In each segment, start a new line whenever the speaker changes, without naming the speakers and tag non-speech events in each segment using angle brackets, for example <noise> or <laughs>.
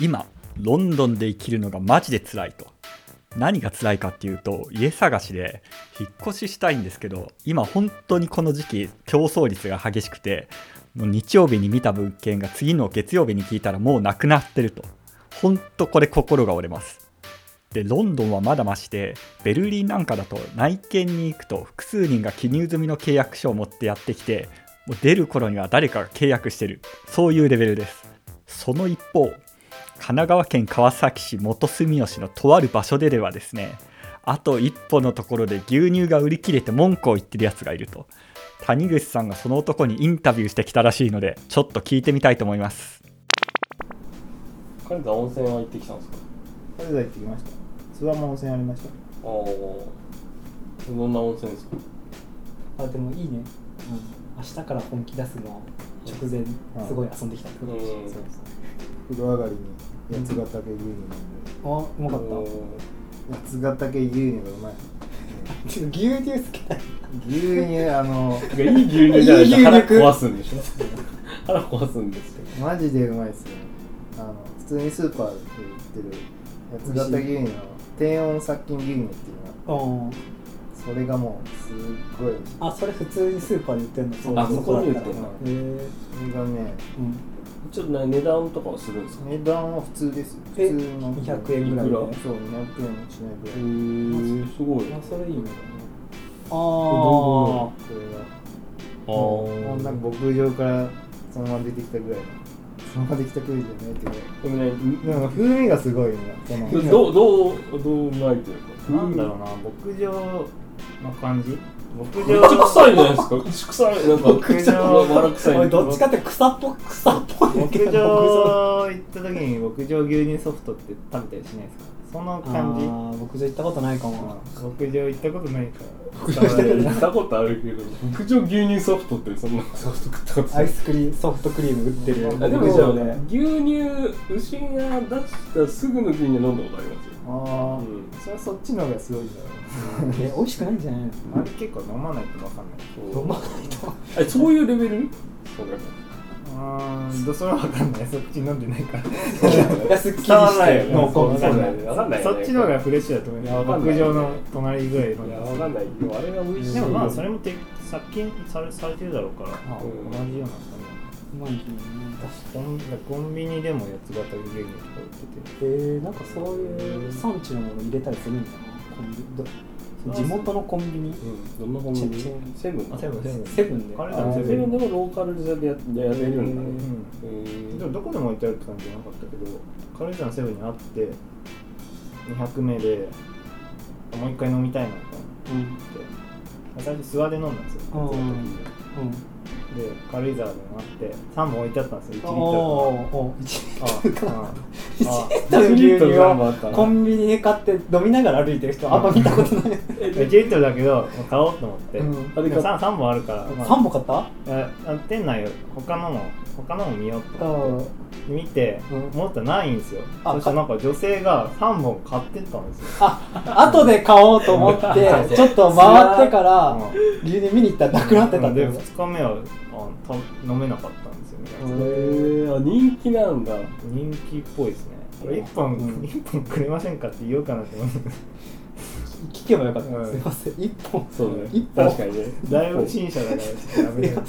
今ロンドンで生きるのがマジで辛いと何が辛いかっていうと家探しで引っ越ししたいんですけど今本当にこの時期競争率が激しくてもう日曜日に見た物件が次の月曜日に聞いたらもうなくなってると本当これ心が折れますでロンドンはまだましでベルリンなんかだと内見に行くと複数人が記入済みの契約書を持ってやってきてもう出る頃には誰かが契約してるそういうレベルですその一方神奈川県川崎市元住吉のとある場所でではですねあと一歩のところで牛乳が売り切れて文句を言ってるやつがいると谷口さんがその男にインタビューしてきたらしいのでちょっと聞いてみたいと思います
金沢温泉は行ってきたんですか
軽井沢行ってきました津和も温泉ありまし
ああどんな温泉ですか
あでもいいね、明日から本気出すの直前、
うん
すごい遊んできたって
うん
こと
たそうです風呂上がりに八ヶ岳牛乳飲んで
あうまかった
八ヶ岳牛乳がうまい
ちょっと牛乳つけたい
牛
<laughs>
乳あの
いい牛乳じゃないと
いい牛乳
腹壊すんでしょ腹壊すんですよ
マジでうまいっすよあの普通にスーパーで売ってる八ヶ岳牛乳の低温殺菌牛乳っていうのがそれがもうすっごい美味しい
あそれ普通にスーパーで売ってんの
あそ
こに売って
へ
んの
え
それがね
うん
ちょっとね値段とかはするんですか
値段は普通ですよ普
え
通の
200円ぐらい
いく
で
そう200円しないぐらい
すごい
あそれいいねあ
ど
あ
これが
あ
もう
ー
なんか牧場からそのまま出てきたぐらいのそのまま出てきたくらいじゃないけど
でもね
なんか風味がすごいねその
どうどうどううまいというか
なんだろうな牧場の感じ牧
めっ
場
ちゃ臭いじゃないですか牛臭いなんか
牧場
わら臭い
おいどっちかって草っぽ草っぽい
牧
けど
場行った時に牧場牛乳ソフトって食べたりしないですかその感じ
あー牧場行ったことないかも
うん牧場行ったことないか
牧場 <laughs> 行ったことあるけど牧場牛乳ソフトってそんなソフト食ったことない
アイスクリームソフトクリーム売ってる
あ
あでも
牧場で
牛乳牛が出したすぐの牛乳飲んだことありますよ
ら <laughs> ああ、
うん
それはそっちの方がすごいんだろ
え美味しくないんじゃないの
うあれ結構飲まないと分かんない
飲まないと
えそういうレベルそうか
うーんそれは分かんないそっち飲んでないから
いやすっきりして
伝わらないよ
濃厚
わかんないわかんないよ
そ
ね
っちの方がフレッシュだと思う
いやわ
よ
かんない
牧場の隣ぐらい
いや
の
わかんないでもあれが美味しい
でもまあそれ
も
もて殺菌されされてるだろうから
あ
同じような感
うまいんだよね
じコンコンビニでもやつ型牛乳とか売ってて
えー、なんかそういう産地のもの入れたりするんだなコンビど地元のコンビニ
うんどんなコンビニ
チェーン
セブン
セブンセブン
セブンで
彼
あ
らの
セブ
セブ
ン
ン
でもローカルでややれるんだね
う
うんん
でもどこでも置いてあるって感じじゃなかったけど軽井沢のセブンにあって200名であもう一回飲みたいなと思
うん
って最初諏訪で飲んだんですよ
うんうん
で軽井沢でもあって3本置いてあったんですよ1リッ
お
トルの
おー1
ああ <laughs>
リットル牛乳をコ
ン
ンビニで買って飲みながら歩いてる人あんま見たことない
1リットルだけど買おうと思って、
うん
でも 3, 本あるから、まあ
3本買った
ああ店内を他のも他のも見ようと思っ
あ
て見て、
うん
もっとないんですよ
あ
そしたらなんか女性が3本買ってったんですよ
後で買おうと思ってちょっと回ってから
うん
牛乳見に行 <laughs> ったらなくなってたんだ
で
よ
2日目はあた飲めなかったんですよね、
へえあ人気なんだ
人気っぽいですねこれ1本、
うん
一本くれませんかって言おうかなって思って
聞けばよかった
うん
すいません1本
そうね
一本
確かにね
だいぶ新車だからちょっとやめて
すいま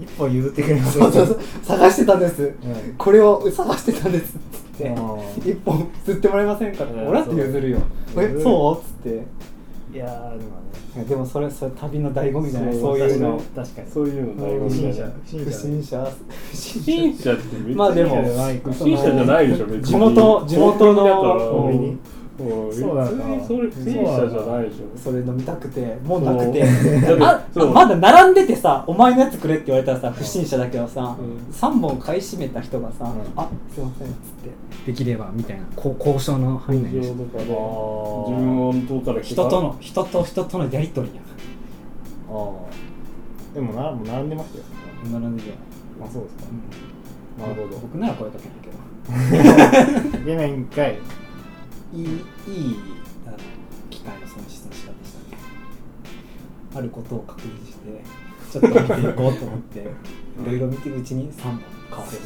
1本譲ってくれません
そ
か
うそうそう探してたんです
うん
これを探してたんですっつって
うん
一本釣ってもらえませんかって
うん
俺だって譲るよ
そう
えそうっつって
いやーでもね
いやでもそれそれ旅の醍醐味じゃない
そう
そういうの
確かに
そういうのだいぶ
不審
ね
者不
不
審者
審者不
不
審
審
者
者ってめっちゃ
まあでも
いいじゃない不審者じゃないでしょ別に
地元地元
コ
の
ンビニ
うん
うん
そうなんだ
別にそれ不審者じゃないでしょ
それ飲みたくてもうなくて
そうだ
あ
って
あ
そう
まだ並んでてさお前のやつくれって言われたらさ不審者だけどさ
うん
3本買い占めた人が
う
さ
ん
「あすいません」っつって
できればみたいなこう交渉の範囲内でし
とかで
ー
自分を遠から来た
人との人と人とのやり取りや
ああでもな並んでましたよ
なるんで、
あそうですか
うん
なるほど
僕なら声かけないけど
いけないんかい
いいいいあの機会の損失の仕方でしたねあることを確認してちょっと見ていこうと思っていろいろ見てるうちに3本買われる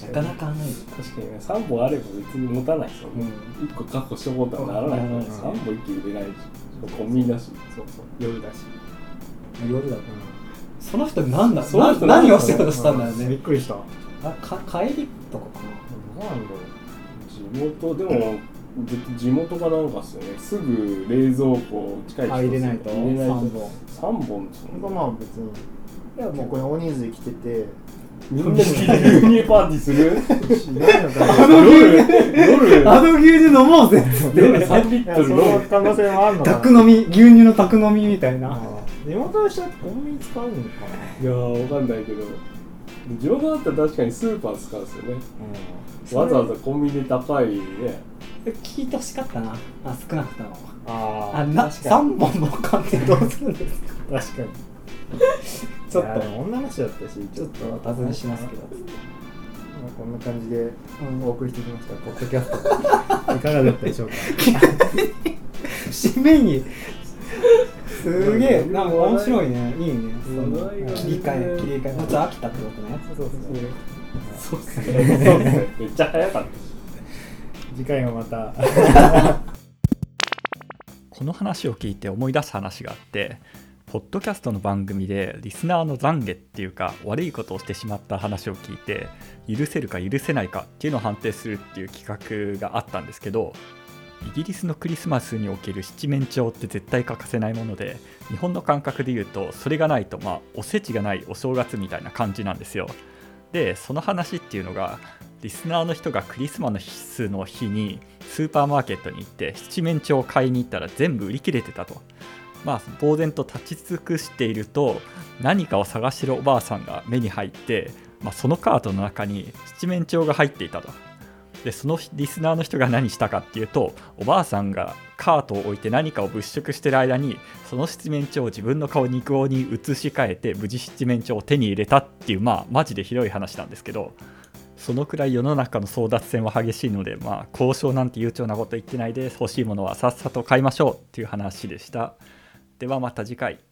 確
なかなかないです
確かにね3本あれば別に持たないですよね、1個確保しておこうとはならないから、
うん
3本一気に入れないしコンビニだし
そうそう夜だし、
夜だ
う
と
ん
その人何だ
その人
な何をしようとしたんだろう
びっ
ね
くりしたど
あか帰りとかか
うなんだろう
地元でも、絶対地元かなんかっすよねすぐ冷蔵庫近い人
なあ入れないと
入れない
三
と
本
3本です
これ
も
が
んね
まあ別に
いやも
も
う
うこれ大人数で来てて
みんなで牛乳パーティーする
しないのかな
夜夜
あの牛乳飲もうぜっつって
夜3リ
い
ッ
や
ト
そ
ル飲
の
む
可能性もあるのかな
宅飲み牛乳の宅飲みみたいな
地元の人ってコンビニ使うのかない
やーわかんないけど地元だったら確かにスーパー使うんですよねわざわざコンビニで高いね
聞いてほしかったなあ少なくとも
あ
あな
確かに
3本も買ってどうするんですか
確かに
ちょっ
いやで
と
も女の人だったし
ちょっとお尋ねしますけど
まあこんな感じで
うん
お送りしてきました、ポッドキャス <laughs> トいかがだったでしょうか
<laughs> 締めにすげえなんか面白いねいいねその
話題がね
切り替え切り替えもうちょっと飽きたってことね
そう
そう
ですね
っすねそうっすねめっちゃ早かった
次回もまた
この話を聞いて思い出す話があってポッドキャストの番組でリスナーの懺悔っていうか悪いことをしてしまった話を聞いて許せるか許せないかっていうのを判定するっていう企画があったんですけどイギリスのクリスマスにおける七面鳥って絶対欠かせないもので日本の感覚で言うとそれがないとまあおせちがないお正月みたいな感じなんですよ。でその話っていうのがリスナーの人がクリスマスの日にスーパーマーケットに行って七面鳥を買いに行ったら全部売り切れてたと。まあ、呆然と立ち尽くしていると何かを探してるおばあさんが目に入って、まあ、そのカートの中に七面鳥が入っていたとでそのリスナーの人が何したかっていうとおばあさんがカートを置いて何かを物色してる間にその七面鳥を自分の顔肉をに移し替えて無事七面鳥を手に入れたっていうまあマジでひどい話なんですけどそのくらい世の中の争奪戦は激しいので、まあ、交渉なんて悠長なこと言ってないで欲しいものはさっさと買いましょうっていう話でした。ではまた次回。